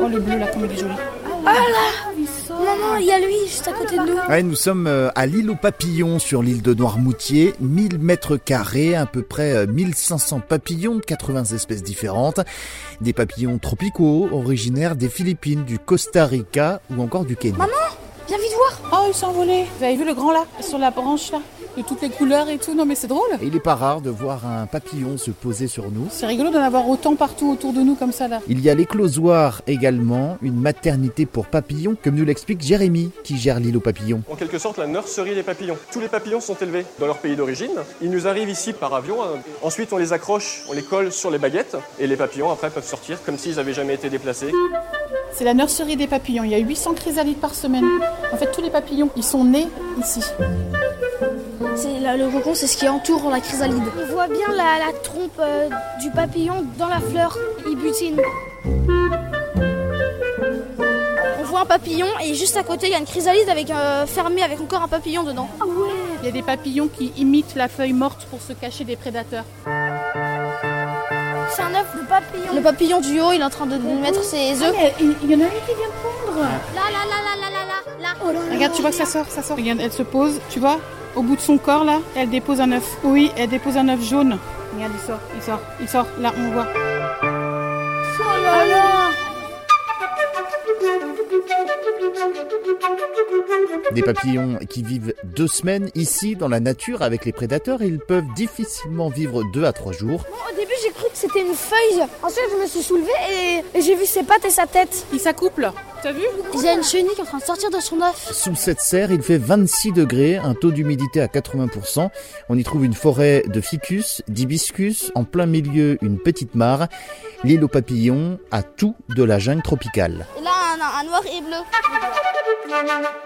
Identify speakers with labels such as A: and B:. A: Oh, le bleu là, comme il est joli.
B: Maman, il y a lui juste à côté de nous.
C: Ouais, nous sommes euh, à l'île aux papillons sur l'île de Noirmoutier, 1000 mètres carrés, à peu près euh, 1500 papillons, 80 espèces différentes, des papillons tropicaux originaires des Philippines, du Costa Rica ou encore du Kenya.
B: Viens vite voir.
A: Oh, il s'est envolé. Vous avez vu le grand là, sur la branche là, de toutes les couleurs et tout. Non, mais c'est drôle.
C: Il n'est pas rare de voir un papillon se poser sur nous.
A: C'est rigolo d'en avoir autant partout autour de nous comme ça là.
C: Il y a l'éclosoire également, une maternité pour papillons, comme nous l'explique Jérémy, qui gère l'île aux papillons.
D: En quelque sorte, la nurserie des papillons. Tous les papillons sont élevés dans leur pays d'origine. Ils nous arrivent ici par avion. hein. Ensuite, on les accroche, on les colle sur les baguettes. Et les papillons, après, peuvent sortir comme s'ils n'avaient jamais été déplacés.
A: C'est la nurserie des papillons. Il y a 800 chrysalides par semaine. En fait, tous les papillons, ils sont nés ici.
B: C'est là, le cocon, c'est ce qui entoure la chrysalide. On voit bien la, la trompe euh, du papillon dans la fleur. Il butine. On voit un papillon et juste à côté, il y a une chrysalide avec euh, fermée avec encore un papillon dedans.
A: Il y a des papillons qui imitent la feuille morte pour se cacher des prédateurs.
B: C'est un œuf de papillon. Le papillon du haut, il est en train de, de mettre ses œufs.
A: Il y en a une qui vient pondre.
B: Là, là, là, là, là, là, là, Oh là.
A: Regarde, tu vois que ça sort, ça sort. Regarde, elle se pose, tu vois, au bout de son corps là, elle dépose un œuf. Oui, elle dépose un œuf jaune. Regarde, il sort, il sort, il sort. Là, on voit.
C: Des papillons qui vivent deux semaines ici dans la nature avec les prédateurs, ils peuvent difficilement vivre deux à trois jours.
E: Ah, Au début, j'ai cru que c'était une feuille. Ensuite, je me suis soulevée et, et j'ai vu ses pattes et sa tête.
A: Il s'accouple. T'as vu
B: Il y a une chenille qui est en train de sortir de son œuf.
C: Sous cette serre, il fait 26 degrés, un taux d'humidité à 80%. On y trouve une forêt de ficus, d'hibiscus, en plein milieu une petite mare. L'île aux papillons a tout de la jungle tropicale.
B: Et là, un, un noir et bleu.